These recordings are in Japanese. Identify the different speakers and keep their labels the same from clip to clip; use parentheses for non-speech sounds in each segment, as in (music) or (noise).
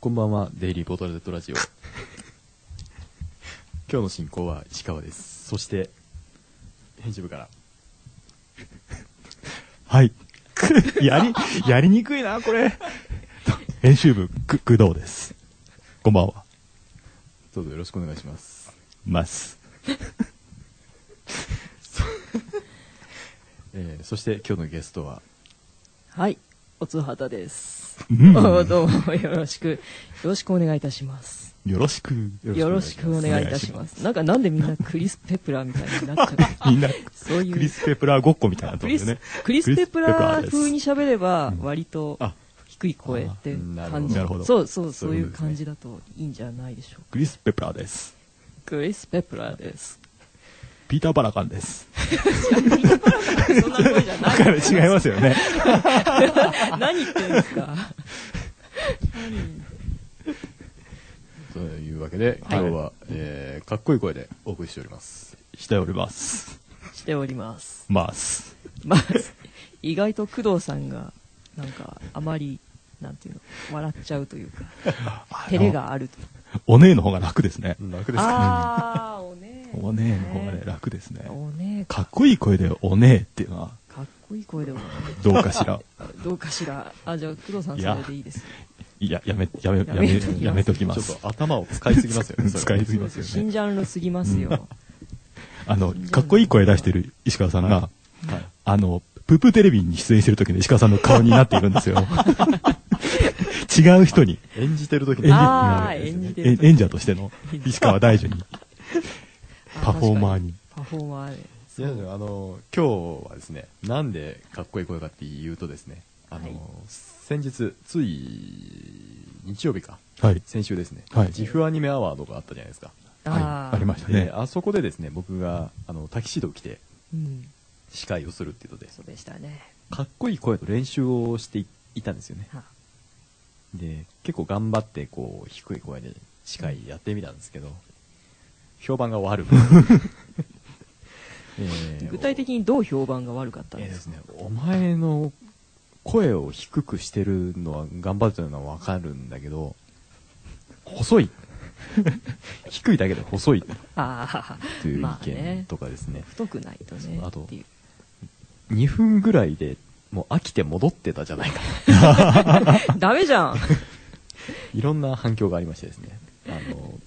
Speaker 1: こんばんは、デイリーポートレートラジオ。今日の進行は石川です。そして、編集部から。
Speaker 2: はい。やり、やりにくいな、これ。編集部、く、工藤です。こんばんは。
Speaker 1: どうぞよろしくお願いします。
Speaker 2: ます。
Speaker 1: えー、そして今日のゲストは、
Speaker 3: はい、おつはたです。
Speaker 2: うん
Speaker 3: おどうもよろしく、よろしくお願いいたします。
Speaker 2: よろしく。
Speaker 3: よろしくお願いいたし
Speaker 2: お願いしま
Speaker 3: ますす。なんかなんでみんなクリス・ペプラーみたいになっちゃって、
Speaker 2: みんな、
Speaker 3: (laughs) そういう。
Speaker 2: クリス・ペプラーごっこみたいな
Speaker 3: ク
Speaker 2: とこで
Speaker 3: リス
Speaker 2: ね。
Speaker 3: クリス・ペプラー風に
Speaker 2: し
Speaker 3: 喋れば、割と
Speaker 1: あ、
Speaker 3: 低い声って
Speaker 1: あ
Speaker 3: 感じ。
Speaker 2: なるほど
Speaker 3: そうそう、そ
Speaker 1: そ
Speaker 3: うい
Speaker 1: ういう
Speaker 3: う
Speaker 1: ことですね
Speaker 3: 感じだといいんじゃないでしょうか。
Speaker 2: クリス・ペプラーです。
Speaker 3: クリス・ペプラーです。
Speaker 2: ピーター・バラカンです。
Speaker 3: そんな声じゃ
Speaker 2: だ
Speaker 3: ない
Speaker 2: か。ら違いますよね。
Speaker 3: 何言ってるんですか。
Speaker 1: というわけで、今
Speaker 3: はい
Speaker 1: 日は、えー、かっこいい声でお送りしております。
Speaker 2: しております。
Speaker 3: しております。
Speaker 2: ます。
Speaker 3: まあ、意外と工藤さんが、なんか、あまり、なんていうの、笑っちゃうというか、照れがあると。
Speaker 2: あの。お姉の方が楽ですね。
Speaker 1: 楽ですか
Speaker 3: あー、おねえ。
Speaker 2: お姉の方がね、楽ですね。
Speaker 3: おねえか
Speaker 2: かっこいい声でお姉っていうのは、
Speaker 3: かっこいい声でも、
Speaker 2: どうかしら。
Speaker 3: どうかしら。あ、じゃあ、工藤さん
Speaker 2: い
Speaker 3: そ
Speaker 2: や
Speaker 3: れでいいです。
Speaker 2: いや、やめ、やめ、や
Speaker 3: やめときま
Speaker 2: め、
Speaker 3: す
Speaker 2: やめときま
Speaker 1: ちょ
Speaker 2: す
Speaker 1: っ。と頭を使いすぎますよね、それは
Speaker 2: 使いすぎますよね
Speaker 3: 新ジャンルすぎますよ。
Speaker 2: あの、かっこいい声出してる石川さんが、
Speaker 1: はい
Speaker 2: あの、プープーテレビに出演してる時の石川さんの顔になっているんですよ。違う人に、
Speaker 1: 演じてる時
Speaker 2: 演じ
Speaker 3: あー、演じて
Speaker 2: え
Speaker 3: る。
Speaker 2: 演者としての石川大樹に、
Speaker 3: あ
Speaker 2: パフォーマーに。
Speaker 3: 確かパフォーマーで。
Speaker 1: いやでもあの今日はですねなんでかっこいい声かっていうとですねあの、
Speaker 3: はい
Speaker 1: 先日つい日曜日か
Speaker 2: はい。
Speaker 1: 先週ですね、
Speaker 2: はい
Speaker 1: ジフアニメアワードがあったじゃないですか、
Speaker 2: はい。ありま
Speaker 3: し
Speaker 2: した
Speaker 1: で
Speaker 2: ね。
Speaker 1: あそこでですね僕があのタキシードを着て
Speaker 3: た。うん。
Speaker 1: 司会をするっていうので
Speaker 3: そうでしたね。
Speaker 1: かっこいい声の練習をしていいたんですよね
Speaker 3: は
Speaker 1: で結構頑張ってこう低い声で司会やってみたんですけど評判が悪く、
Speaker 3: (laughs)
Speaker 1: えー
Speaker 3: 具体的にどう評判が悪かったん
Speaker 1: えー
Speaker 3: で
Speaker 1: ですす
Speaker 3: か
Speaker 1: ね、お前の声を低くしてるのは頑張ってるのはわかるんだけど、細
Speaker 3: (laughs)
Speaker 1: い。低いだけで細い
Speaker 3: あ
Speaker 1: という
Speaker 3: ー、ま
Speaker 1: 意見
Speaker 3: あね
Speaker 1: と。かですね。
Speaker 3: 太くないとね。
Speaker 1: あと
Speaker 3: っていう
Speaker 1: 2分ぐらいでもう飽きて戻ってたじゃないか。
Speaker 3: ダメじゃん。
Speaker 1: いろんな反響がありましてですね。あの、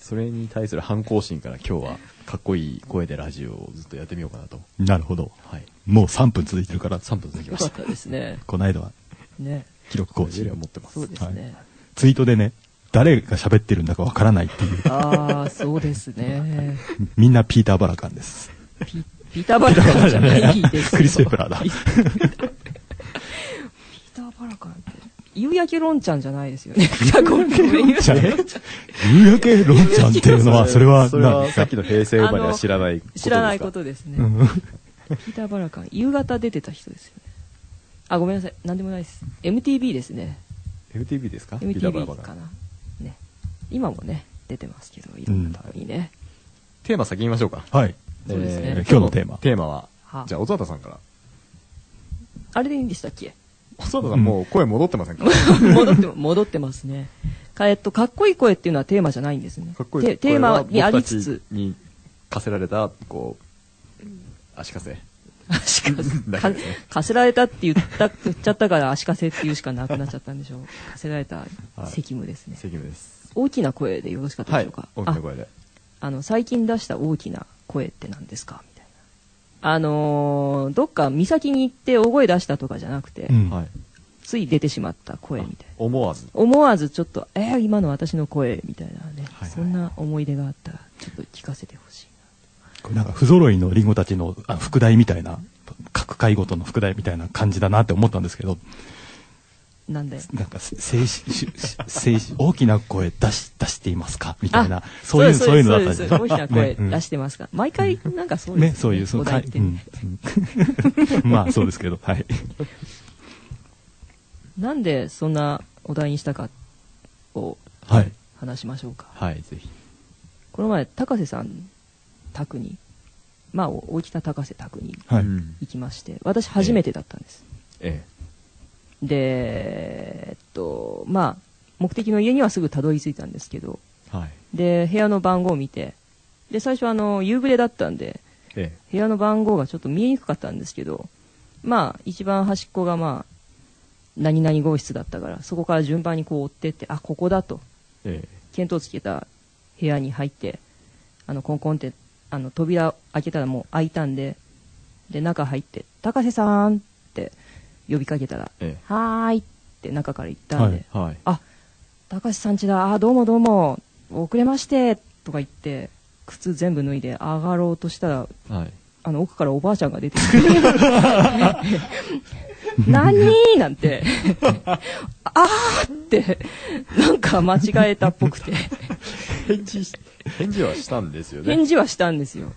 Speaker 1: それに対する反抗心から今日はかっこいい声でラジオをずっとやってみようかなと。
Speaker 2: なるほど。
Speaker 1: はい。
Speaker 2: もう3分続いてるから、
Speaker 1: 3分続き
Speaker 3: よ
Speaker 1: ま
Speaker 3: か
Speaker 1: し。
Speaker 3: ったたですね。
Speaker 2: この間は
Speaker 3: ね。
Speaker 2: 記録更
Speaker 1: ジェリ
Speaker 2: 新
Speaker 1: は。持ってます。
Speaker 3: そうですね。
Speaker 2: ツイートでね、誰が喋ってるんだかわからないっ
Speaker 3: (laughs)
Speaker 2: ていう、
Speaker 3: ああ、そうですね。
Speaker 2: みんなピーター・バラカンです。
Speaker 3: ピピーターバラカンじゃないですよ
Speaker 2: クリス・ペプラーだ
Speaker 3: ピ。ーターバラカンって。夕焼けロンちゃんじゃないですよね。ごめん夕
Speaker 2: じゃ
Speaker 3: 焼
Speaker 2: あ
Speaker 3: け
Speaker 2: ね夕焼けロンちゃんっていうのは、それは
Speaker 1: (laughs) それ
Speaker 2: 何で
Speaker 1: は
Speaker 2: す
Speaker 1: さっ
Speaker 2: か
Speaker 1: きの平成生まれは知らないことですか
Speaker 3: 知らないことですね。ピーターバラカン、夕方出てた人ですよね。あ、ごめんなさい。なんでもないです。MTV ですね。
Speaker 1: MTV ですか
Speaker 3: MTV
Speaker 1: ピーターバ
Speaker 3: か
Speaker 1: ラバラ
Speaker 3: な。ね。今もね、出てますけど、いろんな番組ね。
Speaker 1: テーマ先言いましょうか。
Speaker 2: はい。
Speaker 3: そうですね
Speaker 2: 今日のテーマ
Speaker 1: テーマは
Speaker 3: は、
Speaker 1: じゃあ、小沢田さんから。
Speaker 3: あれでいいんでしたっけ (laughs)
Speaker 1: 小沢田さんもう声戻ってませんか
Speaker 3: 戻って、戻ってますね。かえっと、かっこいい声っていうのはテーマじゃないんですね。
Speaker 1: かっこいい。
Speaker 3: テテーマにありつ
Speaker 1: これは
Speaker 3: つ
Speaker 1: 僕た。ちに課せられた、こう、足かせ。
Speaker 3: 足かせ
Speaker 1: だ
Speaker 3: か
Speaker 1: けですね
Speaker 3: かせられたって言った、言っちゃったから足かせっていうしかなくなっちゃったんでしょう。
Speaker 1: (laughs)
Speaker 3: かせられた責務ですね。
Speaker 1: 責務です。
Speaker 3: 大きな声でよろしかった
Speaker 1: は
Speaker 3: で
Speaker 1: い
Speaker 3: しょうか。。
Speaker 1: 大きな声で。
Speaker 3: ああの、最近出した大きな声って何ですかみたいな。あのーどっか岬に行って大声出したとかじゃなくて、
Speaker 2: うん
Speaker 1: はい。
Speaker 3: つい出てしまった声みたいな。
Speaker 1: 思わず。
Speaker 3: 思わずちょっと、えー、今の私の声みたいなね、
Speaker 1: はいはい
Speaker 3: そんな思い出があったら、ちょっと聞かせてほしい
Speaker 2: これなんか不揃いのリンゴたちのあ副題みたいな、各回ごとの副題みたいな感じだなって思ったんですけど、
Speaker 3: な。なんで
Speaker 2: なんか、静止、し静止、大きな声出し、出していますかみたいな
Speaker 3: あ、
Speaker 2: そういう、
Speaker 3: です
Speaker 2: そういうのだった
Speaker 3: そ
Speaker 2: じゃ
Speaker 3: う
Speaker 2: な
Speaker 3: です
Speaker 2: い
Speaker 3: 大きな声出しててますが、毎回なんかそうです
Speaker 2: ね、そういう、そ
Speaker 3: お
Speaker 2: の
Speaker 3: 題
Speaker 2: 回
Speaker 3: っ、て
Speaker 2: う
Speaker 3: ね
Speaker 2: ん。うんまあ、そうですけど、はい。
Speaker 3: なんでそんなお題にしたかを
Speaker 2: はい。
Speaker 3: 話しましょうか。
Speaker 1: はい、ぜひ。
Speaker 3: この前、高瀬さん、拓に、まあ、大北高瀬拓に
Speaker 2: はい。
Speaker 1: うん
Speaker 3: 行きまして、私初めてだったんです。
Speaker 1: え
Speaker 3: で、えっと、まあ、目的の家にはすぐたどり着いたんですけど、
Speaker 1: はい。
Speaker 3: で、部屋の番号を見て、で、最初あの、夕暮れだったんで、
Speaker 1: ええ。
Speaker 3: 部屋の番号がちょっと見えにくかったんですけど、まあ、一番端っこがまあ、何々号室だったから、そこから順番にこう追ってって、あ、ここだと、
Speaker 1: え
Speaker 3: 見当つけた部屋に入って、あの、コンコンって、あの、扉開けたらもう開いたんで、で、中入って、高瀬さんって呼びかけたら、
Speaker 1: え。え
Speaker 3: はーいって中から言ったんで、
Speaker 2: は
Speaker 1: え。
Speaker 2: い
Speaker 1: はい。
Speaker 3: あ、高橋さんちだ、あ、どうもどうも、遅れまして、とか言って、靴全部脱いで上がろうとしたら、
Speaker 1: はい。
Speaker 3: あの、奥からおばあちゃんが出てきて、何なんて、あーって、なんか間違えたっぽくて、
Speaker 1: 返事し、返事はしたんですよね。
Speaker 3: 返事はしたんですよ。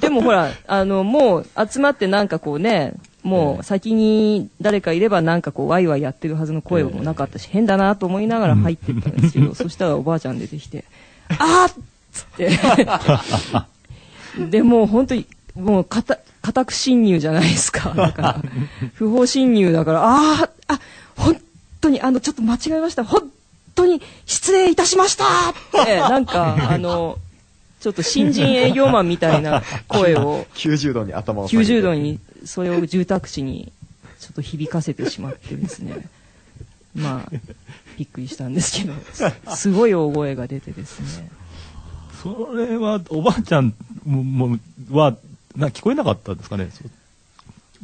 Speaker 3: でもほら、あの、もう集まってなんかこうね、も
Speaker 1: ええ
Speaker 3: う先に誰かいればなんかこうワイワイやってるはずの声もなかったし、変だなと思いながら入ってったんですけど、そしたらおばあちゃん出てきて、あーっつって。で、もう本当に、もう、かた、家宅侵入じゃないですか。だから、不法侵入だから、あーあ、本当に、あの、ちょっと間違えました。本当に、失礼いたしましたって、なんか、あの、ちょっと新人営業マンみた
Speaker 1: (laughs)
Speaker 3: いな声を、
Speaker 1: 90度に頭を下げて
Speaker 3: 90度。に、それを住宅地に、ちょっと響かせてしまってですね。まあ、びっくりしたんですけど、すすごい大声が出てですね。
Speaker 2: それは、おばあちゃんももは、な聞こえなかったんですかね。そ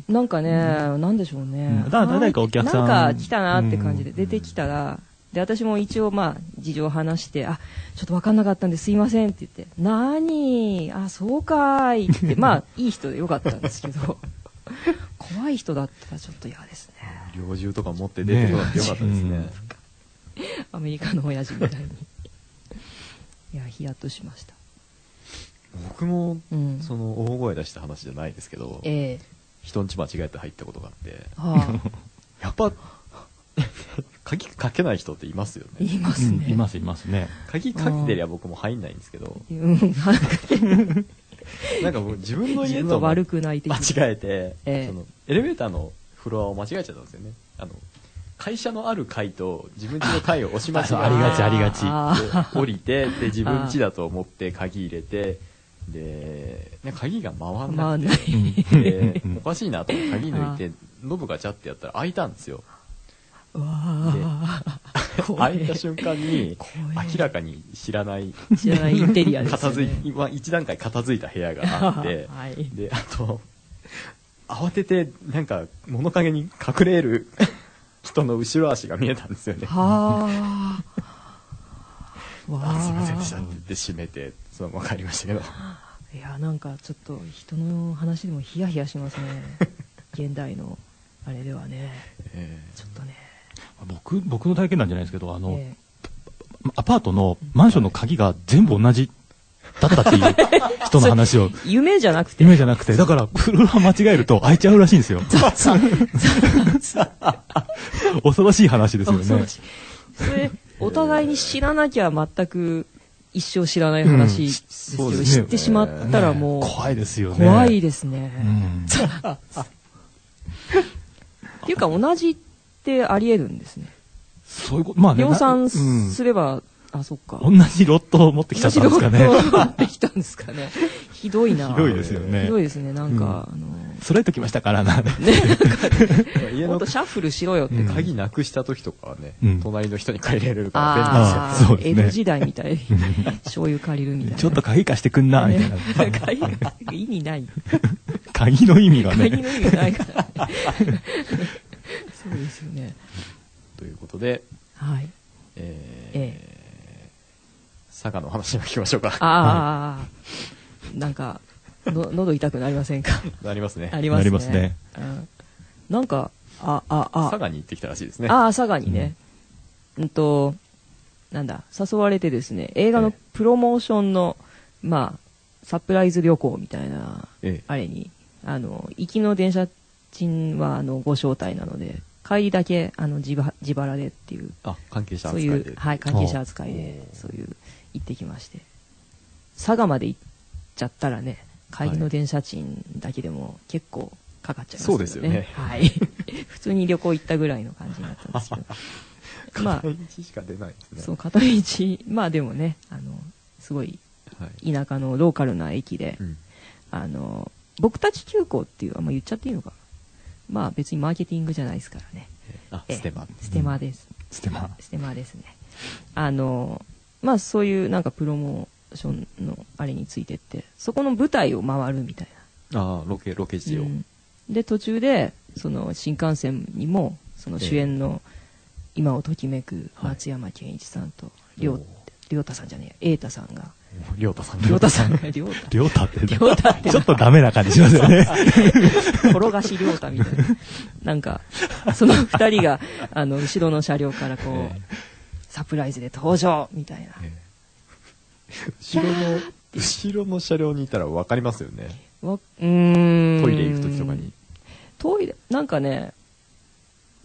Speaker 2: う
Speaker 3: なんかね、なんでしょうね
Speaker 2: う。んだ誰かお客さん
Speaker 3: なんか来たなって感じで、
Speaker 2: うん
Speaker 3: 出てきたら、で、私も一応まあ、事情を話して、あ、ちょっとわかんなかったんですいませんって言って、なーにあ、そうかーいって、
Speaker 2: (laughs)
Speaker 3: まあ、いい人でよかったんですけど、 (laughs) 怖い人だったらちょっと嫌ですね。
Speaker 1: 猟銃とか持って出てこなくてよかったです
Speaker 2: ね
Speaker 1: ね。
Speaker 3: アメリカの親父みたいに。いや、ヒヤッとしました。
Speaker 1: 僕も、
Speaker 3: うん。
Speaker 1: その、大声出した話じゃないですけど、
Speaker 3: ええ
Speaker 1: 人んち間違えて入ったことがあって、
Speaker 3: はあ、
Speaker 2: (laughs)
Speaker 1: やっぱ、鍵かけない人っていますよね。
Speaker 3: 言いま
Speaker 2: う
Speaker 3: す
Speaker 2: ん
Speaker 3: ね。
Speaker 2: います、いますね。
Speaker 1: 鍵かけてりゃ僕も入んないんですけど、
Speaker 3: うん、なんか
Speaker 1: なんか僕自分の
Speaker 3: 自
Speaker 1: 家
Speaker 3: 分は
Speaker 1: と
Speaker 3: 悪くない的
Speaker 1: 間違えて、
Speaker 3: ええ
Speaker 1: そのエレベーターのフロアを間違えちゃったんですよねあの会社のある階と自分家の階を押し間違
Speaker 2: ありがちありがち
Speaker 3: あ
Speaker 1: えて降りてで自分家だと思って鍵入れてで、ね、鍵が回ん
Speaker 3: ーまあ
Speaker 1: なく
Speaker 3: ない。
Speaker 2: う
Speaker 1: て
Speaker 2: ん
Speaker 1: でおかしいなと思って鍵抜いてノブがジャってやったら開いたんですよ
Speaker 3: わあ、怖
Speaker 1: 開い
Speaker 3: い
Speaker 1: た。瞬間に
Speaker 3: 怖い
Speaker 1: 明らかに知らない
Speaker 3: 知らないインテリアです、ね。
Speaker 1: 片付い今一段階片付いた部屋があ
Speaker 3: (laughs)
Speaker 1: って
Speaker 3: はい。
Speaker 1: で、あと、慌てて、なんか、物陰に隠れる (laughs) 人の後ろ足が見えたんですよね。
Speaker 3: はあ。わ
Speaker 1: あ、すいませんでしたって言って閉めて、そのまま帰りました
Speaker 3: (laughs)
Speaker 1: けど。
Speaker 3: いや、なんかちょっと人の話でもヒヤヒヤしますね。
Speaker 1: (laughs)
Speaker 3: 現代のあれではね。
Speaker 1: え
Speaker 3: ちょっとね。
Speaker 2: 僕、僕の体験なんじゃないですけど、あの、
Speaker 3: え
Speaker 2: アパートのマンションの鍵が全部同じだったっていう人の話を、
Speaker 3: え夢じゃなくて、
Speaker 2: 夢じゃなくて、だから、フロア間違えると開いちゃうらしいんです
Speaker 3: (laughs)
Speaker 2: よ。
Speaker 3: 雑
Speaker 2: 恐ろしい話ですよ
Speaker 3: そう
Speaker 2: ね
Speaker 3: だ。しそれ、お互いに知らなきゃ全く一生知らない話
Speaker 2: うん
Speaker 3: ですけど、
Speaker 1: そうです
Speaker 3: 知
Speaker 2: ね
Speaker 3: ってしまったらもう、
Speaker 2: 怖いですよね。
Speaker 3: 怖いですね。
Speaker 2: うん
Speaker 3: っていうか、同じってあり得るんですね。
Speaker 2: そういうこと、まあね。
Speaker 3: 量
Speaker 2: なう
Speaker 3: 産
Speaker 2: ん
Speaker 3: すれば、あ、そっか。
Speaker 2: 同じロットを持ってきちゃったんですかね。
Speaker 3: 同
Speaker 2: (laughs)
Speaker 3: じロットを持ってきたんですかね。ひどいな。
Speaker 2: ひどいですよ
Speaker 3: ひ
Speaker 2: ね
Speaker 3: ど。いですね。なんか、あの、
Speaker 2: 揃えときましたからな。
Speaker 1: え家
Speaker 3: もっ
Speaker 1: の
Speaker 3: とシャッフルしろよって
Speaker 2: うん
Speaker 3: 感じ。
Speaker 1: 鍵なくした時とかはね、
Speaker 2: うん
Speaker 1: 隣の人に借りられるから
Speaker 3: ああ
Speaker 2: そう、です
Speaker 3: 江
Speaker 2: ね
Speaker 3: 戸時代み
Speaker 2: (laughs)
Speaker 3: たい。醤油借りるみたいな。
Speaker 2: ちょっと鍵貸してくんな、みたいな。
Speaker 3: ね (laughs) 鍵が意味
Speaker 2: (laughs)
Speaker 3: ない。
Speaker 2: 鍵の意味が
Speaker 3: 鍵
Speaker 2: ね。
Speaker 3: の意味ないからね。そ
Speaker 1: 便
Speaker 3: うですよね。
Speaker 1: 利ですよ。ということで、
Speaker 3: はい。
Speaker 1: えー
Speaker 3: え
Speaker 1: 佐賀の話を聞きましょうか。
Speaker 3: ああ、なんか、の喉痛くなりませんか
Speaker 1: なりますね。
Speaker 3: ありますね。
Speaker 2: なりますね
Speaker 3: うん。なんか、あ、あ、あ、
Speaker 1: 佐賀に行ってきたらしいですね。
Speaker 3: ああ、佐賀にね。うんと、なんだ、誘われてですね、映画の
Speaker 1: え
Speaker 3: プロモーションの、まあ、サプライズ旅行みたいな、
Speaker 1: ええ
Speaker 3: あれに、あの、行きの電車賃は、あの、ご招待なので、帰りだけ、あの、自腹自腹でっていう、
Speaker 1: あ、関係者
Speaker 3: そ
Speaker 1: 扱
Speaker 3: う
Speaker 1: い
Speaker 3: い
Speaker 1: で。
Speaker 3: う、はい、関係者扱いで、そういう、行ってきまして。佐賀まで行っちゃったらね、帰りの電車賃だけでも結構かかっちゃいますけど
Speaker 1: そうですよね
Speaker 3: はい。 (laughs) 普通に旅行行ったぐらいの感じになったんですけど。
Speaker 1: (laughs)
Speaker 3: まあ、
Speaker 1: 1しか出ないですね
Speaker 3: そう、片道、まあでもね、あの、すごい
Speaker 1: はい
Speaker 3: 田舎のローカルな駅で、
Speaker 1: うん
Speaker 3: あの、僕たち急行っていう、あんま言っちゃっていいのか。まあ別にマーケティングじゃないですからね。
Speaker 1: あ
Speaker 3: ええ
Speaker 1: ステマ
Speaker 3: ステマです。
Speaker 2: つってまあ、
Speaker 3: ステマですね。あの、まあそういうなんかプロモーションのあれについてって、そこの舞台を回るみたい
Speaker 1: ああロケロケ地
Speaker 3: な。
Speaker 1: を、
Speaker 3: うんで、途中で、その新幹線にも、その主演の今をときめく松山ケンイチさんと、り
Speaker 1: お
Speaker 3: ょう
Speaker 1: ー
Speaker 3: りょうたさんじゃねえ、瑛太さんが、
Speaker 1: りょうたさん
Speaker 3: りょうたさん (laughs) が、りょう
Speaker 2: りょうたって、
Speaker 3: た、りょうたって
Speaker 2: ちょっとダメな感じしますよね。
Speaker 3: 転がし亮太みたい (laughs) な。なんか、その二人が、あの、後ろの車両からこ
Speaker 1: え
Speaker 3: う、サプライズで登場みたいな。
Speaker 1: ええ後ろの後ろの車両にいたら分かりますよね
Speaker 3: わうーん。
Speaker 1: トイレ行く時とかに。
Speaker 3: トイレ、なんかね、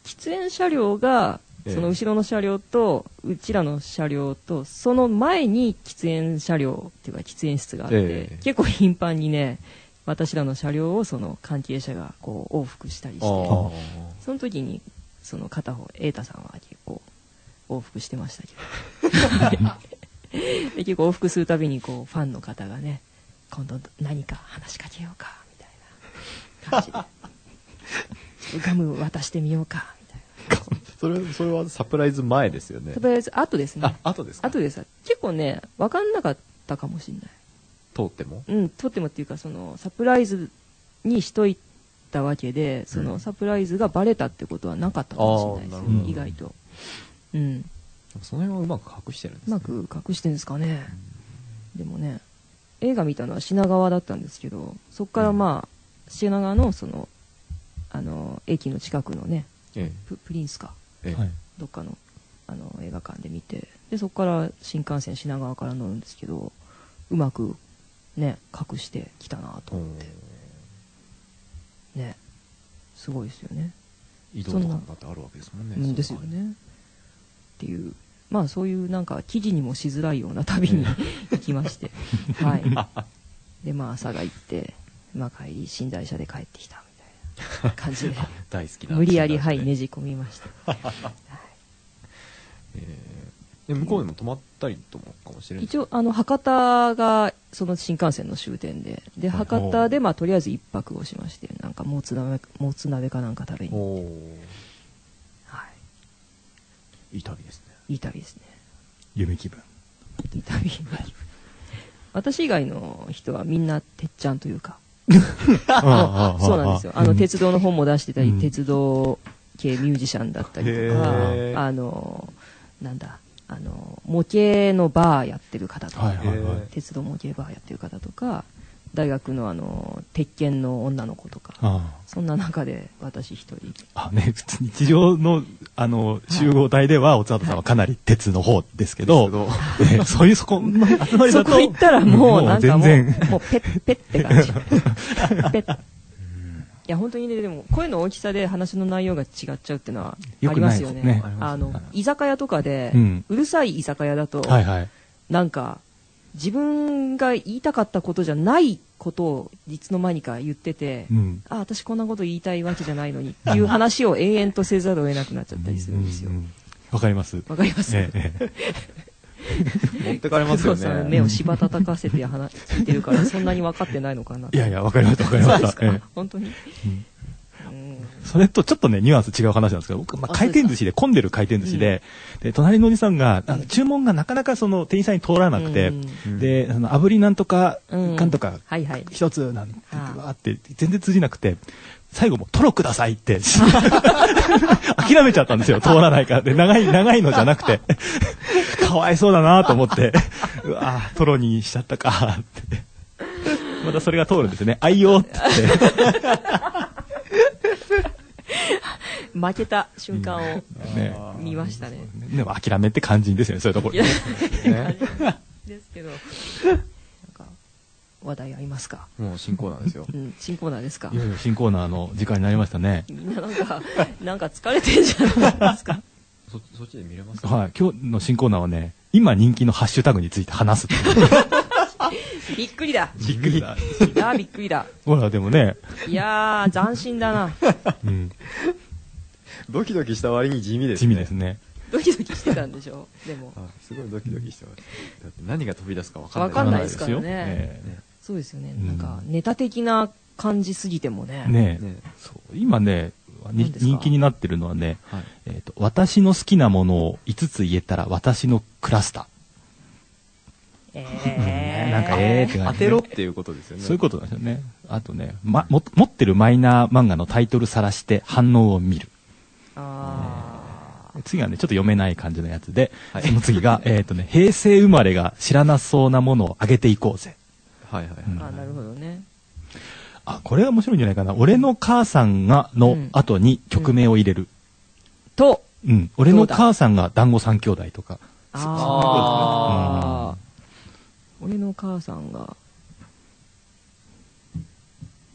Speaker 3: 喫煙車両が、
Speaker 1: ええ
Speaker 3: その後ろの車両と、うちらの車両と、その前に喫煙車両っていうか喫煙室があって、
Speaker 1: ええ
Speaker 3: 結構頻繁にね、私らの車両をその関係者がこう往復したりして、
Speaker 1: あ
Speaker 3: その時に、その片方、瑛太さんは結構、往復してましたけ
Speaker 1: (laughs)
Speaker 3: ど。で結構往復するたびに、こう、ファンの方がね、今度何か話しかけようか、みたいな感じで。ガム渡してみようか、みたい
Speaker 1: あそれそれはサプライズ前ですよね
Speaker 3: な。とりあえず、後ですね
Speaker 1: あ。後ですか
Speaker 3: 後です。結構ね、わかんなかったかもしれない。
Speaker 1: 通っても
Speaker 3: うん、とってもっていうか、その、サプライズにしといたわけで、そ
Speaker 1: うん
Speaker 3: の、サプライズがバレたってことはなかったかもしれない
Speaker 1: あ
Speaker 3: で
Speaker 1: ーな
Speaker 3: す
Speaker 1: る
Speaker 3: ね
Speaker 1: ほ、ど
Speaker 3: 意外と。うん。
Speaker 1: その辺はうまく隠してるんです
Speaker 3: う
Speaker 1: ね
Speaker 3: まく隠してんですかね。でもね、映画見たのは品川だったんですけど、そこからまあ、品川のその、あの、駅の近くのね、
Speaker 1: え
Speaker 3: ププリンスか、
Speaker 1: えええ
Speaker 2: はい
Speaker 3: どっかの、あの、映画館で見て、で、そこから新幹線品川から乗るんですけど、うまく、ね、隠してきたなと
Speaker 1: う
Speaker 3: 思っ
Speaker 1: ん
Speaker 3: て、ね、すごいですよね。
Speaker 1: 移動とかだってあるわけですもんね
Speaker 3: うんですよね。っていう、まあそういうなんか記事にもしづらいような旅に行きま
Speaker 1: (laughs)
Speaker 3: して、はい。で、まあ朝が行って、まあ帰り、寝台車で帰ってきたみたいな感
Speaker 1: (laughs)
Speaker 3: じで、
Speaker 1: 大好きな
Speaker 3: 無理やり、はい、
Speaker 1: え
Speaker 3: ねじ込みました。
Speaker 1: えで向こうでも泊まったりともかもしれない
Speaker 3: 一応、あの、博多が、その新幹線の終点で、で、
Speaker 1: はい
Speaker 3: 博多で、まあ、とりあえず一泊をしまして、なんか、もつ鍋、もつ鍋かなんか食べに、
Speaker 1: おー
Speaker 3: はい
Speaker 1: い旅ですね
Speaker 3: い。いい旅ですね。
Speaker 2: 夢気分。
Speaker 3: いい旅。私以外の人はみんな、てっちゃんというか、(laughs)
Speaker 2: あ
Speaker 3: そうなんですよ。あの、鉄道の本も出してたり、
Speaker 2: うん
Speaker 3: 鉄道系ミュージシャンだったりと
Speaker 1: へー
Speaker 3: か、あの、なんだ、あの、模型のバーやってる方とか、
Speaker 2: はいはいはい。
Speaker 3: 鉄道模型バーやってる方とか、大学のあの、鉄拳の女の子とか、
Speaker 2: あ
Speaker 3: そんな中で私一人、
Speaker 2: あ。あね、普通日常の、あの、集合体では、おつわとさんはかなり鉄の方ですけど、ええそういうそこの集まりだ
Speaker 3: そ
Speaker 2: と、
Speaker 3: こ行ったらもうなんかもう、
Speaker 2: 全然、
Speaker 3: もうペッペッって感
Speaker 2: (laughs)
Speaker 3: じ。ペッ。いや、本当にね、でも声の大きさで話の内容が違っちゃうっていうのはありますよね。
Speaker 2: よくないですね
Speaker 3: あの、居酒屋とかで、
Speaker 2: う
Speaker 3: うんるさい居酒屋だと、
Speaker 2: はいはい。
Speaker 3: なんか、自分が言いたかったことじゃないことをいつの間にか言ってて、
Speaker 2: うん。
Speaker 3: あ、私こんなこと言いたいわけじゃないのにっていう話を延々とせざるを得なくなっちゃったりするんですよ
Speaker 2: う。うわかります。
Speaker 3: わかります、
Speaker 2: ええええ
Speaker 1: 持ってかれますよ
Speaker 3: 工藤さん
Speaker 1: ね
Speaker 3: 目を柴たたかせて話聞いてるから、そんなに分かってないのかな。
Speaker 2: いやいや、わかりました、わかり
Speaker 3: そ
Speaker 2: ま
Speaker 3: うです
Speaker 2: し
Speaker 3: か、
Speaker 2: た。ええ
Speaker 3: 本当に。
Speaker 2: うん
Speaker 3: うん
Speaker 2: それとちょっとね、ニュアンス違う話なんですけど、僕、まあ、
Speaker 3: あそう
Speaker 2: 回
Speaker 3: ですか
Speaker 2: 転寿司で、混んでる回転寿司で、で、隣のおじさんが、あの注文がなかなかその店員さんに通らなくて、
Speaker 1: うん
Speaker 2: で、あの、炙りなんとか、
Speaker 3: うん
Speaker 2: かんとか、
Speaker 3: はいはい。
Speaker 2: 一つなんて
Speaker 3: ああ
Speaker 2: わーって全然通じなくて最後もうトロくださいって (laughs) 諦めちゃったんですよ通らないからで長い長いのじゃなくて (laughs) かわいそうだなと思ってうわートロにしちゃったかってまたそれが通るんですよね愛用って言って
Speaker 3: 負けた瞬間を
Speaker 2: ね
Speaker 3: 見ましたね。
Speaker 2: でも諦めって肝心ですよねそういうとこ
Speaker 3: い
Speaker 2: ろ
Speaker 3: や、
Speaker 1: ね
Speaker 3: ですけど。なんか、話題ありますか
Speaker 1: もう進行なんですよ
Speaker 3: うん、新コーナーですか
Speaker 2: いよいよ新コーナーの時間になりましたね
Speaker 3: みんななんか、なんか疲れてんじゃないですか。
Speaker 1: そそっちで見れます
Speaker 2: はい今日の新コーナーはね今人気のハッシュタグについて話すっていう
Speaker 3: びっくりだ。
Speaker 2: びっくりだ。
Speaker 3: いやー、びっくりだ。
Speaker 2: ほら、でもね、
Speaker 3: いやー、斬新だな。
Speaker 2: うん、
Speaker 1: ドキドキした割に地味です
Speaker 2: 地
Speaker 1: ね。
Speaker 2: 味ですね。
Speaker 3: ドキドキしてたんでしょでも。
Speaker 1: あ。すごいドキドキしてます。だって何が飛び出すか分かんない。
Speaker 3: わかんないです
Speaker 2: わ
Speaker 3: か
Speaker 2: かん
Speaker 3: ら
Speaker 2: ないですよ
Speaker 3: ね
Speaker 2: え。
Speaker 3: そうですよね。
Speaker 2: ん
Speaker 3: なんか、ネタ的な感じすぎてもね。
Speaker 2: ねえ
Speaker 1: ね。
Speaker 2: そう今ね、に
Speaker 3: 何ですか
Speaker 2: 人気になってるのはね、
Speaker 1: はい。
Speaker 2: えーと、私の好きなものを5つ言えたら私のクラスター。
Speaker 3: えー。
Speaker 2: なんかええって感
Speaker 1: 当
Speaker 2: じ。
Speaker 1: てろっていうことですよね。
Speaker 2: そういうことなんですよね。あとね、ま、も持ってるマイナー漫画のタイトル探して反応を見る。
Speaker 3: あ
Speaker 2: 次はね、ちょっと読めない感じのやつで、
Speaker 1: はい
Speaker 2: その次が、えっ、とね、平成生まれが知らなそうなものを上げていこうぜ。
Speaker 1: と。はいはいは
Speaker 2: う
Speaker 3: ー
Speaker 2: ん
Speaker 3: あ、なるほどね。
Speaker 2: あ、これは面白いんじゃないかな。俺の母さんが
Speaker 3: う
Speaker 2: の
Speaker 3: ん
Speaker 2: 後に曲名を入れる。
Speaker 3: と、
Speaker 2: うん。俺の母さんが団子三兄弟とか。
Speaker 3: ああ、俺の母さんが、
Speaker 1: い。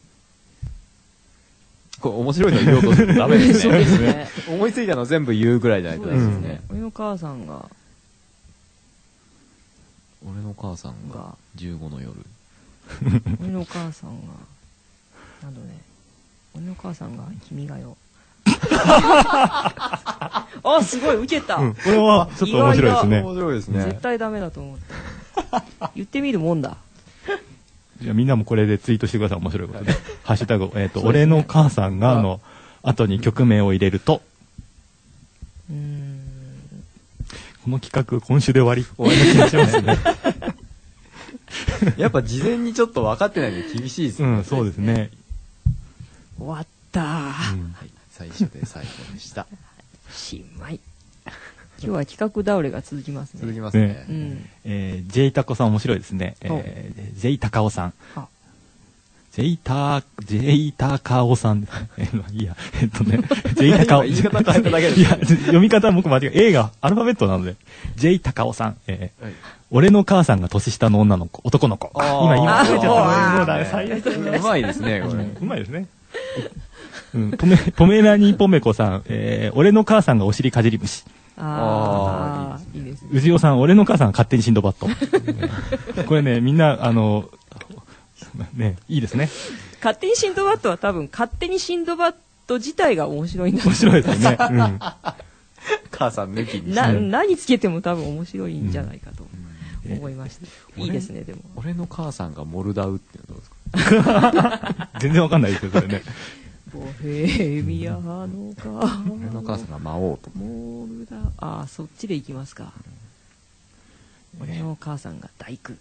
Speaker 1: これ面白いの言おうとするとダメですね。
Speaker 3: そうですね
Speaker 1: 思いついたの全部言うぐらいじゃない
Speaker 3: そ
Speaker 1: と
Speaker 3: う
Speaker 1: ダ
Speaker 3: で
Speaker 1: メ
Speaker 3: す
Speaker 1: です
Speaker 3: ね
Speaker 1: ね。。
Speaker 3: 俺の母さんが、
Speaker 1: 俺の母さんが
Speaker 3: が
Speaker 1: 15の夜。
Speaker 3: 俺の母さんが、なんだろうね、俺の母さんが、君がよ。あ、すごい、受けた、
Speaker 2: うん。これはちょっと面白いですね。
Speaker 1: 面白いですね
Speaker 3: 絶。対ダメだと思った。言ってみるもんだ。
Speaker 2: じゃあみんなもこれでツイートしてください。面白いこと
Speaker 1: (laughs)
Speaker 2: で。ハッシュタグ、えっ、と、俺の母さんがの後に曲名を入れると、
Speaker 3: うーん。
Speaker 2: この企画今週で終わり。
Speaker 1: 終わりの気がしますね。やっぱ事前にちょっと分かってないと厳しいです
Speaker 2: (laughs) う
Speaker 1: ね。
Speaker 2: ん、そうですね。
Speaker 3: 終わった。
Speaker 2: うん
Speaker 1: はい。最初で最後でした。
Speaker 3: しまい。 (laughs) 今日は企画倒れが続きますね。
Speaker 1: 続きますね。
Speaker 3: う
Speaker 1: ね
Speaker 3: ん。
Speaker 2: えー、ジェイタコさん面白いですね。
Speaker 3: お
Speaker 2: えー、ジェイタカオさん。
Speaker 3: あ、
Speaker 2: ジェイタ、ジェイタカオさんですね。えーまあいいや、えっ
Speaker 1: (laughs)
Speaker 2: とね、ジェイタカオ。
Speaker 1: 言い方変えただけですね
Speaker 2: いや、読み方僕間違え、A がアルファベットなので、ジェイタカオさん。えー
Speaker 1: はい
Speaker 2: 俺の母さんが年下の女の子、男の子。今、今覚えちゃった。もうだ、最悪。
Speaker 1: うまいですね、これ。
Speaker 2: うまいですね。うん、ポメ、ポメラニーポメコさん、えー、俺の母さんがお尻かじり虫。
Speaker 3: あ
Speaker 1: あ
Speaker 3: あ、いいですね。
Speaker 2: 宇治尾さん、俺の母さんは勝手にシンドバッド。これね、みんな、あの、ね、いいですね。
Speaker 3: 勝手にシンドバッドは多分、勝手にシンドバッド自体が面白いんだ
Speaker 2: 面白いですね。うん。
Speaker 1: 母さん抜きにして
Speaker 3: な、
Speaker 2: ね
Speaker 3: 何つけても多分面白いんじゃないかと思いました。
Speaker 1: うん
Speaker 3: いいですね、でも。
Speaker 1: 俺の母さんがモルダウっていうのはどうですか
Speaker 2: 全然わかんないですよ、それね。
Speaker 3: ボヘミアのか。
Speaker 1: 俺の母さんが魔王と。
Speaker 3: モールだ。ああ、そっちで行きますか。俺のお母さんが大工。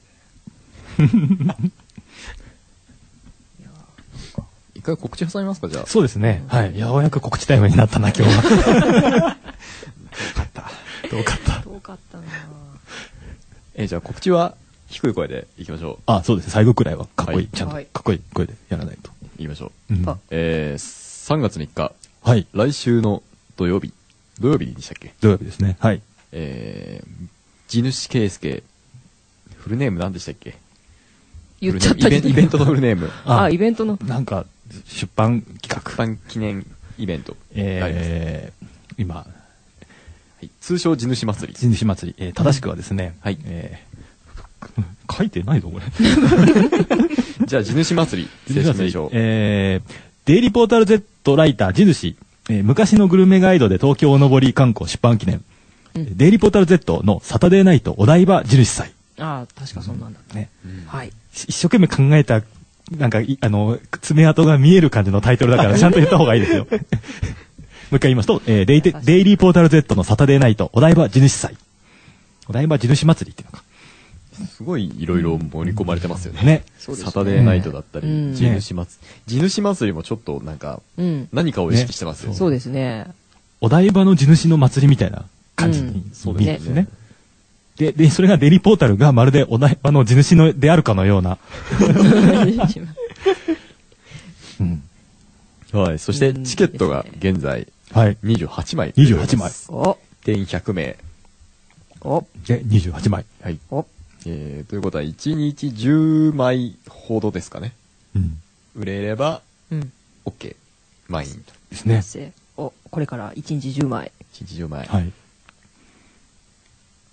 Speaker 1: 一回告知挟みますか、じゃあ。
Speaker 2: そうですね。はい。ようやく告知タイムになったな、今日は。
Speaker 1: (laughs)
Speaker 2: 遠かった。遠かっ
Speaker 3: 遠かったな
Speaker 1: えーじゃあ告知は低い声でいきましょう。
Speaker 2: た。あ、そうです。最後くらいは、かっこいい。
Speaker 1: はい
Speaker 2: ちゃんと、
Speaker 3: はい
Speaker 2: かっこいい声でやらないと。
Speaker 1: いきましょう。
Speaker 2: うん
Speaker 3: あ
Speaker 1: えー、3月3日、
Speaker 2: はい。
Speaker 1: 来週の土曜日、土曜日でしたっけ
Speaker 2: 土曜日ですね。はい。
Speaker 1: えー、地主圭介、フルネーム何でしたっけ
Speaker 3: 言っちゃった
Speaker 1: フルネームイベンイベントのフルネーム。
Speaker 3: あイベントの。
Speaker 2: なんか、出版企
Speaker 1: 出
Speaker 2: 画。
Speaker 1: 版記念イベント。があります
Speaker 2: えー、今、
Speaker 1: はい通称地主祭り。
Speaker 2: 人主祭り、えー正しくはですね、
Speaker 1: はい
Speaker 2: えー書いてないぞ、これ。
Speaker 1: じゃあ地主祭り、正式名称。
Speaker 2: えー、デイリーポータル Z ライター、地主、えー昔のグルメガイドで東京おのぼり観光出版記念、
Speaker 3: うん
Speaker 2: デイリーポータル Z のサタデーナイトお台場地主祭。
Speaker 3: ああ、確かそんなんだった。
Speaker 2: ね。
Speaker 1: うん
Speaker 3: はい。
Speaker 2: し一生懸命考えた、なんかい、あの、爪痕が見える感じのタイトルだから、ちゃんと言った方がい
Speaker 1: (laughs)
Speaker 2: いですよ。もう一回言いますと、えーデイテデイリーポータル Z のサタデーナイトお台場地主祭。お台場地主祭りっていうのか。
Speaker 1: すごいいろいろ盛り込まれてますよね。
Speaker 2: ね。
Speaker 3: そうです
Speaker 1: サ
Speaker 3: ね
Speaker 1: タデーナイトだったり、
Speaker 3: うん
Speaker 1: 地主祭り。地主祭りもちょっとなんか、
Speaker 3: うん。
Speaker 1: 何かを意識してますよ。
Speaker 3: そうですね。
Speaker 2: お台場の地主の祭りみたいな感じに
Speaker 3: うん
Speaker 1: そう
Speaker 2: 見
Speaker 1: で
Speaker 2: え
Speaker 1: す
Speaker 2: る
Speaker 1: ね
Speaker 2: んですね。で、で、それがデイリーポータルがまるでお台場の地主のであるかのような。うん。
Speaker 1: はい。そして、チケットが
Speaker 3: うんいい
Speaker 1: 現在
Speaker 2: はい。
Speaker 1: 28枚。
Speaker 2: 28枚。
Speaker 3: お、
Speaker 1: 定員100名。
Speaker 3: お、
Speaker 2: で、28枚。
Speaker 1: はい。
Speaker 3: お、
Speaker 1: えー、ということは、1日10枚ほどですかね。
Speaker 2: うん。
Speaker 1: 売れれば、
Speaker 3: うん。
Speaker 1: OK。満員と。
Speaker 2: ですね。
Speaker 3: せお、これから1日10枚。
Speaker 1: 1日10枚。
Speaker 2: はい。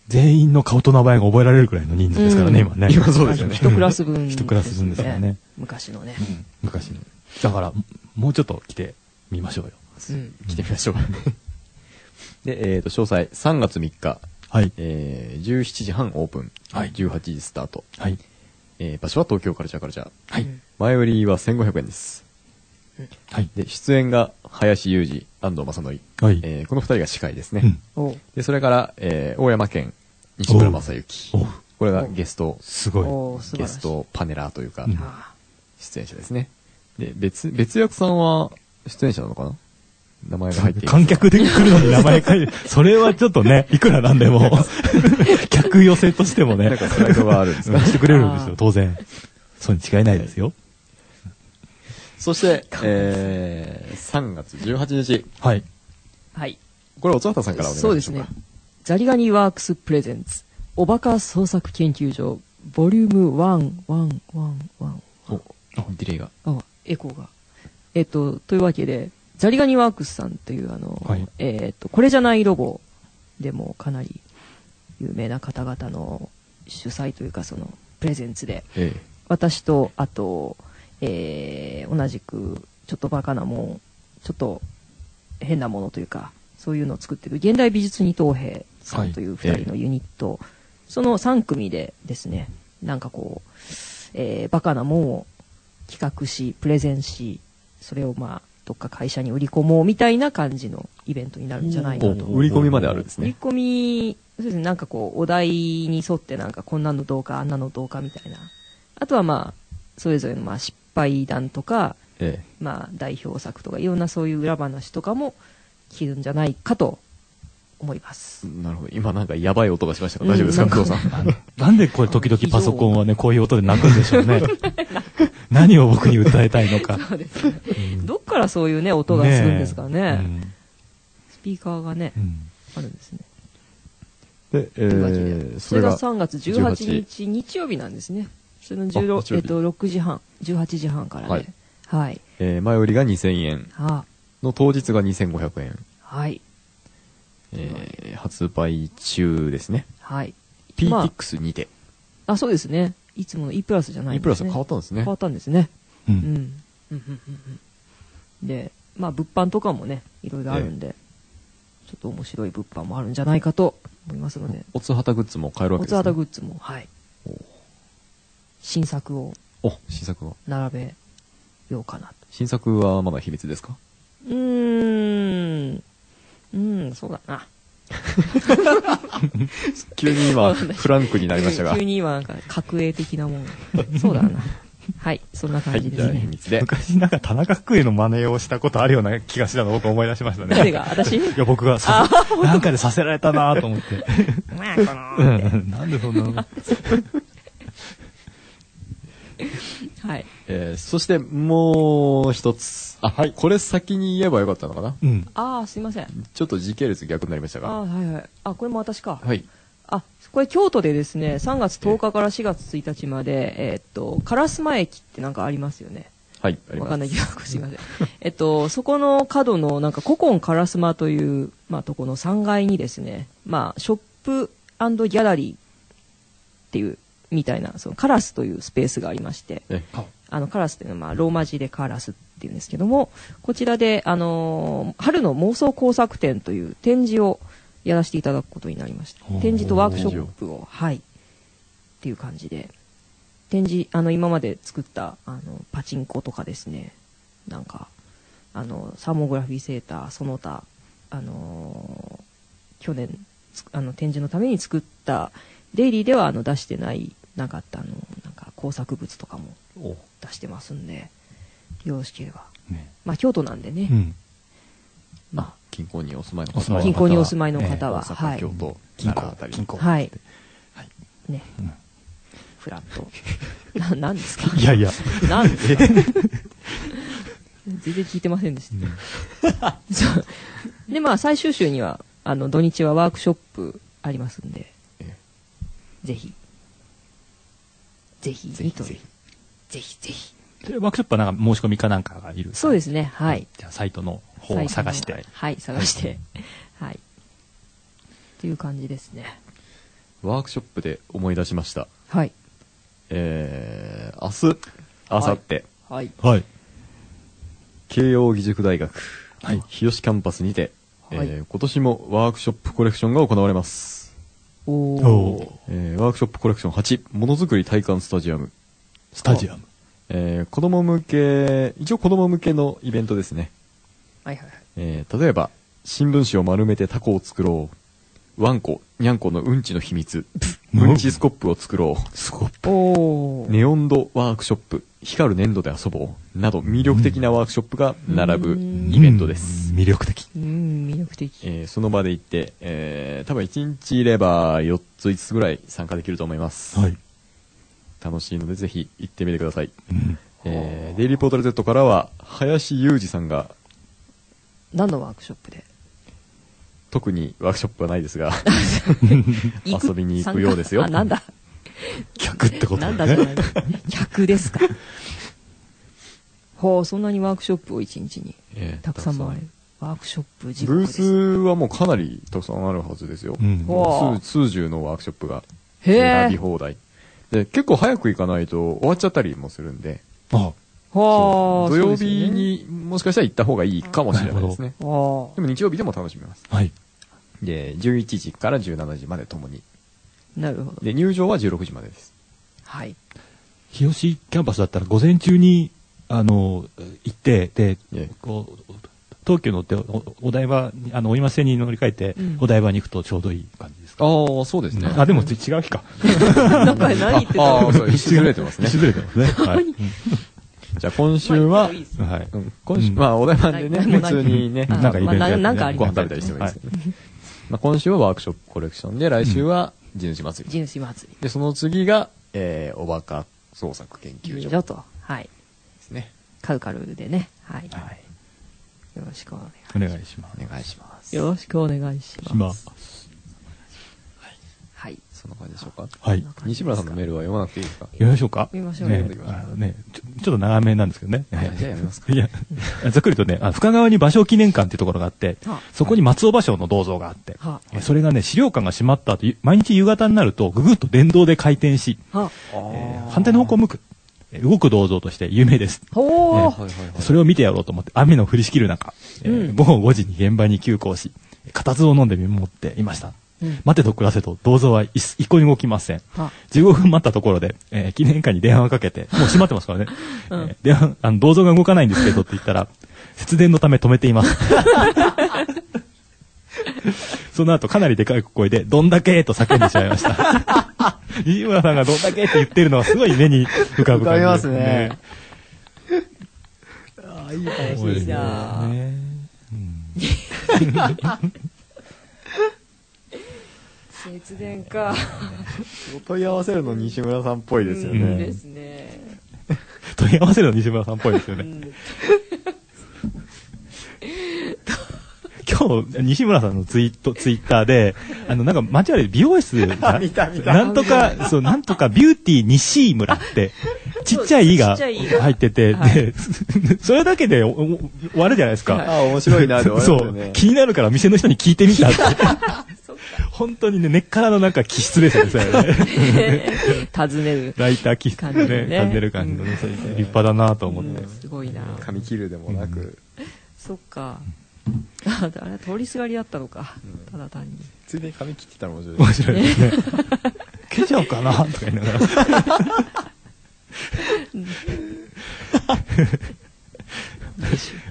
Speaker 2: 全員の顔と名前が覚えられるくらいの人数ですからね、
Speaker 3: うん
Speaker 2: 今ね。
Speaker 1: 今そうですよね
Speaker 3: 一クラス分。
Speaker 2: 一クラス分ですからね。
Speaker 3: 昔のね。
Speaker 2: 昔の。だから、もうちょっと来てみましょうよ。
Speaker 3: うん。
Speaker 1: 来てみましょう。 (laughs) で、えっ、と、詳細、3月3日、
Speaker 2: はい。
Speaker 1: えー、17時半オープン、
Speaker 2: はい
Speaker 1: 18時スタート、
Speaker 2: はい。
Speaker 1: えー場所は東京カルチャーカルチャー。
Speaker 2: はい。
Speaker 1: 前売りは1500円です。
Speaker 2: はい。
Speaker 1: で、出演が林裕二、安藤正則。
Speaker 2: はい
Speaker 1: えーこの二人が司会ですね。
Speaker 2: うん
Speaker 3: おう
Speaker 1: で、それから、えー大山健、西村正幸
Speaker 2: おうおう。
Speaker 1: これがゲスト、
Speaker 2: すご
Speaker 3: おう素晴
Speaker 1: ゲ
Speaker 3: らしい
Speaker 1: ストパネラーというか、
Speaker 2: うん
Speaker 3: あ
Speaker 1: 出演者ですね。で、別、別役さんは出演者なのかな名前が入ってい
Speaker 2: い。
Speaker 1: る
Speaker 2: 観客で来るのに名前書 (laughs) いて、それはちょっとね、いくらなんで (laughs) も、客寄せとしてもね、
Speaker 1: なんかスライドがあるんです
Speaker 2: (laughs) うん
Speaker 1: ね。
Speaker 2: してくれるんですよ、当然。そうに違いないですよ。
Speaker 1: (laughs) そして、えー、3月18日。
Speaker 2: はい。
Speaker 3: ーはい。
Speaker 1: これ、おつわたさんからお願いします。
Speaker 3: そうですね。ザリガニワークスプレゼンツ、おバカ創作研究所、ボリューム1、1、1、1。
Speaker 1: お、あディレイが。
Speaker 3: あ、エコーが。えっと、というわけで、ザリガニワークスさんという、あの、
Speaker 2: はい
Speaker 3: えっと、これじゃないロボでもかなり有名な方々の主催というか、その、プレゼンツで、
Speaker 1: え
Speaker 3: 私と、あと、えー同じく、ちょっとバカなもん、ちょっと変なものというか、そういうのを作ってる、現代美術二等兵さんという
Speaker 1: はい
Speaker 3: 2人のユニット、その3組でですね、なんかこう、えーバカなもんを企画し、プレゼンし、それをまあ、どっか会社に売り込もうみたいな感じのイベントになるんじゃないか
Speaker 1: え
Speaker 3: と。
Speaker 1: お、売り込みまであるんです
Speaker 3: 売り
Speaker 1: ね。
Speaker 3: 込み、そうですね、なんかこう、お題に沿ってなんかこんなのどうか、あんなのどうかみたいな。あとはまあ、それぞれのまあ失敗談とか、
Speaker 1: え
Speaker 3: まあ代表作とか、いろんなそういう裏話とかも聞けるんじゃないかと思います
Speaker 1: え。。なるほど。今なんかやばい音がしましたが、大丈夫ですか、
Speaker 3: うん
Speaker 1: 工藤さん。
Speaker 2: (laughs) なんでこれ時々パソコンはね、こういう音で鳴くんでしょ
Speaker 3: (laughs)
Speaker 2: うね。何を僕に訴えたいのか。
Speaker 3: そうですね。どっからそういうね、音がするんですかね。スピーカーがね
Speaker 2: う、ん
Speaker 3: あるんですね。
Speaker 1: で、
Speaker 3: (laughs)
Speaker 1: え
Speaker 3: というわけで
Speaker 1: ー、
Speaker 3: それが3月18日日曜日なんですね。それ
Speaker 1: あ
Speaker 3: の
Speaker 1: 日
Speaker 3: 16、
Speaker 1: 曜
Speaker 3: え
Speaker 1: 日
Speaker 3: っと、6時半、18時半からね。
Speaker 1: はい
Speaker 3: はい。
Speaker 1: えー、前売りが2000円。
Speaker 3: は
Speaker 1: の当日が2500円。
Speaker 3: あはい。
Speaker 1: えー、発売中ですね。
Speaker 3: はい。まあ
Speaker 1: PTX にて。
Speaker 3: あ、そうですね。いつもの E プラスじゃない
Speaker 1: E
Speaker 3: んです
Speaker 1: プ
Speaker 3: ね。
Speaker 1: ラス変わったんですね
Speaker 3: 変わ。ったんですね。
Speaker 2: う
Speaker 3: うん。うんんうんうんうんで、まあ、物販とかもね、いろいろあるんで、ちょっと面白い物販もあるんじゃないかと思いますので、
Speaker 1: おつはたグッズも買えるわけ
Speaker 3: お
Speaker 1: です
Speaker 3: つ
Speaker 1: ね。
Speaker 3: わたグッズも、はい。新作を
Speaker 1: お、新作は
Speaker 3: 並べようかなと。
Speaker 1: 新作はまだ秘密ですか
Speaker 3: うーん。うーん、そうだな。
Speaker 1: 急に今、
Speaker 3: わかんない
Speaker 1: フランクになりましたが。
Speaker 3: 急
Speaker 1: は
Speaker 3: に今、なんか、格営的なも
Speaker 1: (laughs)
Speaker 3: ん。そうだな。はい、そんな感じ
Speaker 1: い、
Speaker 3: で
Speaker 1: じゃあ
Speaker 3: す
Speaker 1: 秘
Speaker 3: ね。
Speaker 1: 密で。
Speaker 2: 昔なんか田中角栄の真似をしたことあるような気がしたの僕思い出しましたね。
Speaker 3: 誰が私
Speaker 2: いや、僕がさせ、なんかでさせられたなと思って。
Speaker 3: (laughs) まあ、こ
Speaker 2: う
Speaker 3: の、
Speaker 2: んなんでそんなの
Speaker 3: はい。
Speaker 1: えー、そしてもう一つ。あ、はい。これ先に言えばよかったのかな
Speaker 2: うん。
Speaker 3: ああ、すいません。
Speaker 1: ちょっと時系列逆になりました
Speaker 3: あ
Speaker 1: が。
Speaker 3: はいはい。あ、これも私か。
Speaker 1: はい。
Speaker 3: あ、これ京都でですね、3月10日から4月1日まで、えーっと、烏丸駅ってなんかありますよね。
Speaker 1: はい、あり
Speaker 3: わ
Speaker 1: ま
Speaker 3: かん
Speaker 1: す。
Speaker 3: ないけど、すい (laughs) ません。えっと、そこの角の、なんか、古今烏丸という、まあ、とこの3階にですね、まあ、ショップギャラリーっていう、みたいな、そのカラスというスペースがありまして、
Speaker 1: え
Speaker 3: あのカラスというのは、まあ、ローマ字でカラスっていうんですけども、こちらで、あのー春の妄想工作展という展示をやらせていただくことになりました
Speaker 2: ほう。
Speaker 3: 展示とワークショップを、はい、っていう感じで、展示、あの、今まで作った、あの、パチンコとかですね、なんか、あの、サーモグラフィーセーター、その他、あのー去年つあの展示のために作ったデイリーではあの出してないなかったあのなんか工作物とかも
Speaker 1: お
Speaker 3: 出してますんでよろしければ
Speaker 2: ね
Speaker 3: まあ京都なんでね、
Speaker 2: うん。
Speaker 3: ま
Speaker 1: 近郊にお住まいの
Speaker 2: お住
Speaker 1: 方
Speaker 3: あ
Speaker 2: まいの
Speaker 1: は
Speaker 3: 近郊にお住まいの方
Speaker 1: 大
Speaker 3: は、は
Speaker 1: 阪、
Speaker 3: い
Speaker 1: 京都、
Speaker 2: 近
Speaker 1: 奈良あた
Speaker 2: 郊。
Speaker 1: り。
Speaker 2: 近郊。
Speaker 3: はい
Speaker 2: はい
Speaker 3: ね
Speaker 2: うん
Speaker 3: フラットななんですか
Speaker 2: いやいや。
Speaker 3: なんですか (laughs) 全然聞いてませんでした (laughs) そう。で、まあ、最終週には、あの、土日はワークショップありますんで、
Speaker 1: え
Speaker 3: ぜひ。ぜひ、
Speaker 1: ぜひぜひ
Speaker 3: ぜひ、ぜひ、ぜひ。
Speaker 2: でワークショップはなんか申し込みかなんかがいる。
Speaker 3: そうですね、はい。
Speaker 2: じゃあ、サイトの方を探して。
Speaker 3: はい、探して。はい。という感じですね。
Speaker 1: ワークショップで思い出しました。
Speaker 3: はい。
Speaker 1: えー、明日、明後日、
Speaker 3: はい。
Speaker 2: はい。
Speaker 1: 慶応義塾大学、
Speaker 2: はい
Speaker 1: 日吉キャンパスにて、
Speaker 3: はい
Speaker 1: えー今年もワークショップコレクションが行われます。
Speaker 3: お
Speaker 2: おー
Speaker 3: お。
Speaker 1: えーワークショップコレクション8、ものづくり体感スタジアム。
Speaker 2: スタジアム。
Speaker 1: えー子供向け、一応子供向けのイベントですね。
Speaker 3: はいはいはい。
Speaker 1: えー例えば、新聞紙を丸めてタコを作ろう。ワンコ、ニャンコのうんちの秘密。
Speaker 2: うん
Speaker 1: うんちスコップを作ろ
Speaker 2: すごい。
Speaker 3: おお。
Speaker 1: う。ネオンドワークショップ、光る粘土で遊ぼう。など魅力的なワークショップが並ぶ
Speaker 3: うん
Speaker 1: イベントです。
Speaker 2: うん。魅力的。
Speaker 3: うん、魅力的。
Speaker 1: えーその場で行って、えー多分1日いれば4つ5つぐらい参加できると思います。
Speaker 2: はい。
Speaker 1: 楽しいのでぜひ行ってみてください。
Speaker 2: うん
Speaker 1: えーデイリーポータル Z からは、林裕二さんが
Speaker 3: 何のワークショップで
Speaker 1: 特にワークショップはないですが、
Speaker 3: 行く
Speaker 1: 遊びに行くようですよ
Speaker 3: 参加あ、なんだ。
Speaker 2: 客ってこと
Speaker 3: な
Speaker 2: だ
Speaker 3: ん
Speaker 2: よ
Speaker 3: だ
Speaker 2: ね
Speaker 3: じゃない。客ですか。ほう、そんなにワークショップを一日に
Speaker 1: えー
Speaker 3: たくさん回れる。ワークショップ地獄
Speaker 1: ブ
Speaker 3: で
Speaker 1: ース
Speaker 3: す。
Speaker 1: はもうかなりたくさんあるはずですよ。
Speaker 2: うん
Speaker 3: おー
Speaker 1: 数数十のワークショップが
Speaker 3: へえ
Speaker 1: 選び放題。で、結構早く行かないと終わっちゃったりもするんで、
Speaker 2: あ
Speaker 3: はあ、
Speaker 1: 土
Speaker 3: そう
Speaker 1: 曜
Speaker 3: ですよね
Speaker 1: 日。にもしかしたら行った方がいいかもしれないですね。
Speaker 3: は
Speaker 1: でも日曜日でも楽しめます。
Speaker 2: はい。
Speaker 1: で、11時から17時までともに。
Speaker 3: あ、なるほど。
Speaker 1: で、入場は16時までです。
Speaker 3: はい。 (laughs)
Speaker 2: 日吉キャンパスだったら午前中に、あの、行って、で
Speaker 1: ええ、
Speaker 2: こう、東急乗ってお、お台場に、あの、お今瀬に乗り換えて、
Speaker 3: うん
Speaker 2: お台場に行くとちょうどいい感じですか。
Speaker 1: ああ、そうですね。
Speaker 2: あ、でもち違う日か。
Speaker 3: なんか何言ってた
Speaker 1: あ
Speaker 3: の
Speaker 1: あ、そう、一緒ずれてますね。
Speaker 2: ずれて
Speaker 3: (laughs)
Speaker 2: ますね。はい。
Speaker 1: じゃあ今 (laughs) 週は、
Speaker 2: うんはい。
Speaker 1: うん今週、
Speaker 2: うん
Speaker 1: まあお台場でね、
Speaker 3: ない
Speaker 1: 普通にね、
Speaker 3: ない
Speaker 2: なんかイベントやって
Speaker 3: まあ
Speaker 2: ね
Speaker 3: なんかあり
Speaker 1: ご
Speaker 3: ま
Speaker 1: 飯
Speaker 3: す
Speaker 1: 食べたりしてもいいですよね。まあ今週はワークショップコレクションで、来週は地主祭り。
Speaker 3: 地主祭
Speaker 1: で、その次が、えー、おバカ創作研
Speaker 3: り。
Speaker 1: 究所
Speaker 3: ちょ
Speaker 1: で
Speaker 3: っと、はい。
Speaker 1: すね。
Speaker 3: カウカルでね。はい。よ
Speaker 1: はい。
Speaker 3: ろしくお願いし
Speaker 2: お願いします。
Speaker 1: お願いします。
Speaker 3: よろしくお願いします。
Speaker 2: す。
Speaker 3: はい。
Speaker 1: そんな感じでしょうか。
Speaker 2: はい。
Speaker 1: 西村さんのメールは読まなくていいですか
Speaker 2: 読みましょうか。
Speaker 3: 読みましょう
Speaker 2: ね
Speaker 1: 読んできましょう
Speaker 2: あのねちょちょっと長めなんですけどね。
Speaker 1: はいじゃあやめます
Speaker 2: か。いや、ざっくりとね、あ深川に場所記念館っていうところがあって
Speaker 3: はあ、
Speaker 2: そこに松尾芭蕉の銅像があって
Speaker 3: は、
Speaker 2: えそれがね、資料館が閉まった後、ゆ毎日夕方になると、ぐぐっと電動で回転し、
Speaker 3: は、
Speaker 2: えー反対の方向を向く、えー動く銅像として有名です。
Speaker 3: ほ
Speaker 1: はい
Speaker 3: ー。
Speaker 1: はいはい。
Speaker 2: それを見てやろうと思って、雨の降りしきる中、えー
Speaker 3: うん
Speaker 2: 午後5時に現場に急行し、固唾を飲んで見守っていました。
Speaker 3: うん
Speaker 2: 待てど暮らせと銅像は一一向に動きません。
Speaker 3: は、
Speaker 2: 15分待ったところで、えー記念館に電話をかけて、もう閉まってますからね。えー電話、あの、銅像が動かないんですけどって言ったら、節電のため止めています。その後、かなりでかい声で、どんだけと叫んでしまいました。西村さんがどんだけって言ってるのはすごい目に浮か
Speaker 1: 浮
Speaker 2: ぶ感じ、
Speaker 1: かびますね。
Speaker 2: 多
Speaker 3: いいなぁ
Speaker 2: ね。
Speaker 3: 節電か。
Speaker 1: お問い合わせるの西村さんっぽいですよ
Speaker 3: うん
Speaker 1: ね
Speaker 3: で。すね。
Speaker 2: 問い合わせるの西村さんっぽいですよ
Speaker 3: う
Speaker 2: ね。
Speaker 3: ん
Speaker 2: 今日、西村さんのツイート、ツイッターで、あの、なんか街歩いて美容
Speaker 3: (laughs)
Speaker 2: 室が
Speaker 1: 見た見た
Speaker 2: なんとか、そう、なんとかビューティー西村って、ちっちゃい「い」
Speaker 3: ち
Speaker 2: が
Speaker 3: っちゃい「い」が
Speaker 2: 入ってて、
Speaker 3: はい
Speaker 2: で、 (laughs) それだけでおお終わるじゃないです
Speaker 3: は
Speaker 2: か。
Speaker 1: ああ、面白いな、で終わ
Speaker 2: そ
Speaker 1: り
Speaker 2: う
Speaker 1: ま、した
Speaker 2: 気になるから店の人に聞いてみたって。
Speaker 3: (laughs) そっ
Speaker 2: 本当にね、根っからのなんか気質ですよね、それ
Speaker 3: (laughs)
Speaker 2: はね。
Speaker 3: か。尋ねる。
Speaker 2: ライター気質
Speaker 3: 感じ
Speaker 2: ね、
Speaker 3: ね
Speaker 2: 感じる感じのね、それ立派だなと思って。
Speaker 3: すごいな。
Speaker 1: ね。髪切るでもなく、
Speaker 3: そっか。ああれ、通りすがりだったのか。ただ単に。
Speaker 1: ついでに髪切ってたら面白いです
Speaker 2: 面。白いですね。けちゃおうかなとか言いながら。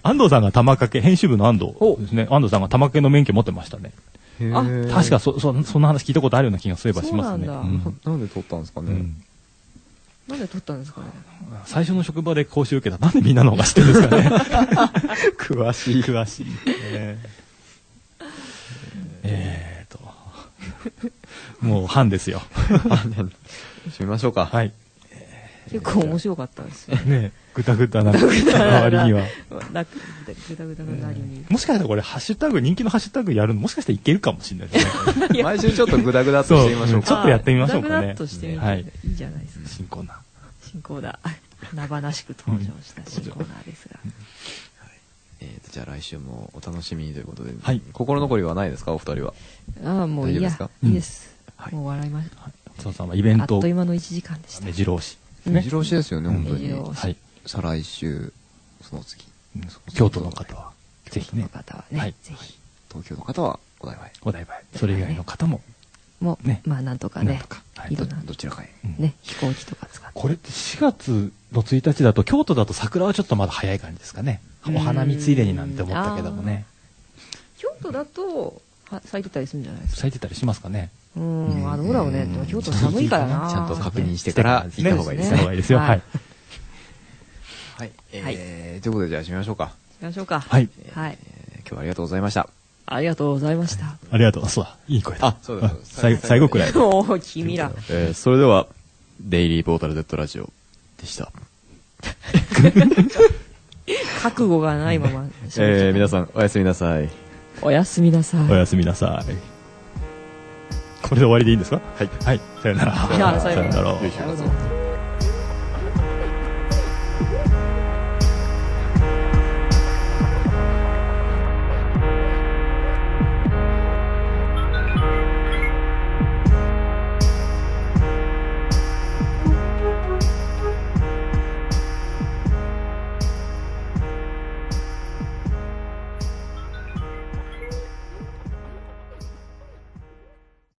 Speaker 2: 安藤さんが玉掛け、編集部の安藤ですね。安藤さんが玉掛けの免許持ってましたね。
Speaker 1: へ
Speaker 3: あ
Speaker 1: ー
Speaker 2: 確かそ、そ、そんな話聞いたことあるような気がすればしますね。
Speaker 3: そうな
Speaker 2: うん
Speaker 3: だ
Speaker 2: ん
Speaker 1: なんで撮ったんですか
Speaker 2: う
Speaker 1: ね。
Speaker 2: ん
Speaker 3: なんで撮ったんですかね。
Speaker 2: 最初の職場で講習受けた。なんでみんなの方が知ってるんですかね。
Speaker 1: 詳しい。
Speaker 2: 詳しい。ねえーと。もう、半ですよ。
Speaker 1: 閉めましょうか。
Speaker 2: はい。
Speaker 3: 結構面白かったん
Speaker 2: (laughs)
Speaker 3: ですよ。
Speaker 2: ねぐたぐたな、割には。
Speaker 3: (laughs) なくぐだぐだのなりに。
Speaker 2: もしかしたらこれ、ハッシュタグ、人気のハッシュタグやるの、もしかしたらいけるかもしれないですね。
Speaker 4: (laughs)
Speaker 3: い
Speaker 1: (laughs)
Speaker 3: や
Speaker 1: 毎週ちょっとグダグダと
Speaker 2: そう
Speaker 1: してみましょう
Speaker 2: ちょ
Speaker 1: か。
Speaker 2: っとやってみましょうかね
Speaker 3: あぐだぐだっとしてみて、
Speaker 2: はい
Speaker 3: い、いじゃないですか。
Speaker 2: 新コーナー。
Speaker 3: 新コーナー。名々しく登場した新コーナーですが。
Speaker 1: えーとじゃあ来週もお楽しみにということで、
Speaker 2: はい
Speaker 1: 心残りはないですか、お二人は。
Speaker 3: ああ、もういい
Speaker 1: 大丈夫で
Speaker 3: や
Speaker 1: すか。
Speaker 3: いいです。
Speaker 2: はい
Speaker 3: もう笑いまし
Speaker 2: 津野さんはイベン
Speaker 3: た。あっ
Speaker 2: ト
Speaker 3: という間の1時間でした。
Speaker 2: 目白押しです
Speaker 3: うん目
Speaker 2: ね
Speaker 4: 目。白押しですよね、本当
Speaker 3: 目白
Speaker 4: に
Speaker 3: 押。し
Speaker 2: はい。
Speaker 4: 再来週、その次。
Speaker 2: うん京都の方は、ぜひ
Speaker 3: この
Speaker 2: ね、
Speaker 3: 方はね、
Speaker 2: はい
Speaker 3: ぜひ。
Speaker 4: 東京の方はお台場へ。
Speaker 2: お台場へ。それ以外の方も、
Speaker 3: もう、
Speaker 2: ね
Speaker 3: まあなんとかね、
Speaker 2: なんとかはい
Speaker 3: ろんな
Speaker 4: どどちらかへ。
Speaker 2: うん
Speaker 3: ね、飛行機とか使って。
Speaker 2: これって4月の1日だと、京都だと桜はちょっとまだ早い感じですかね。
Speaker 3: うん
Speaker 2: お花見ついでになんて思ったけどもね。
Speaker 3: 京都だと、は咲いてたりするんじゃないですか。
Speaker 2: 咲いてたりしますかね。
Speaker 3: う、
Speaker 4: うんん
Speaker 3: あの、ほらをね、でも京都寒いからな。
Speaker 4: ちゃんと確認してから行った方がいいです
Speaker 3: ね
Speaker 2: 行った方がいいですよ。はい。
Speaker 4: はい。
Speaker 3: はい
Speaker 4: えー、ということでじゃあ締めましょうか。
Speaker 3: 行きましょうか。
Speaker 2: は。い。
Speaker 3: はい。
Speaker 4: えー今日はありがとうございました。
Speaker 3: ありがとうございました。
Speaker 2: ありがとう。そうだ。いい声だ。
Speaker 4: あそうだそうだ
Speaker 2: ん最後最後
Speaker 3: (laughs)
Speaker 2: くらい。
Speaker 3: おお、君ら。
Speaker 1: えーそれでは、デイリーポータル Z ラジオでした。
Speaker 3: 覚悟がないまま。
Speaker 1: えー皆さん、おやすみなさい。
Speaker 3: おやすみなさい。
Speaker 2: おやすみなさい。これで終わりでいいんですかはい。はい。さよなら。
Speaker 3: じゃあ最後
Speaker 2: さよなら。
Speaker 3: なるほど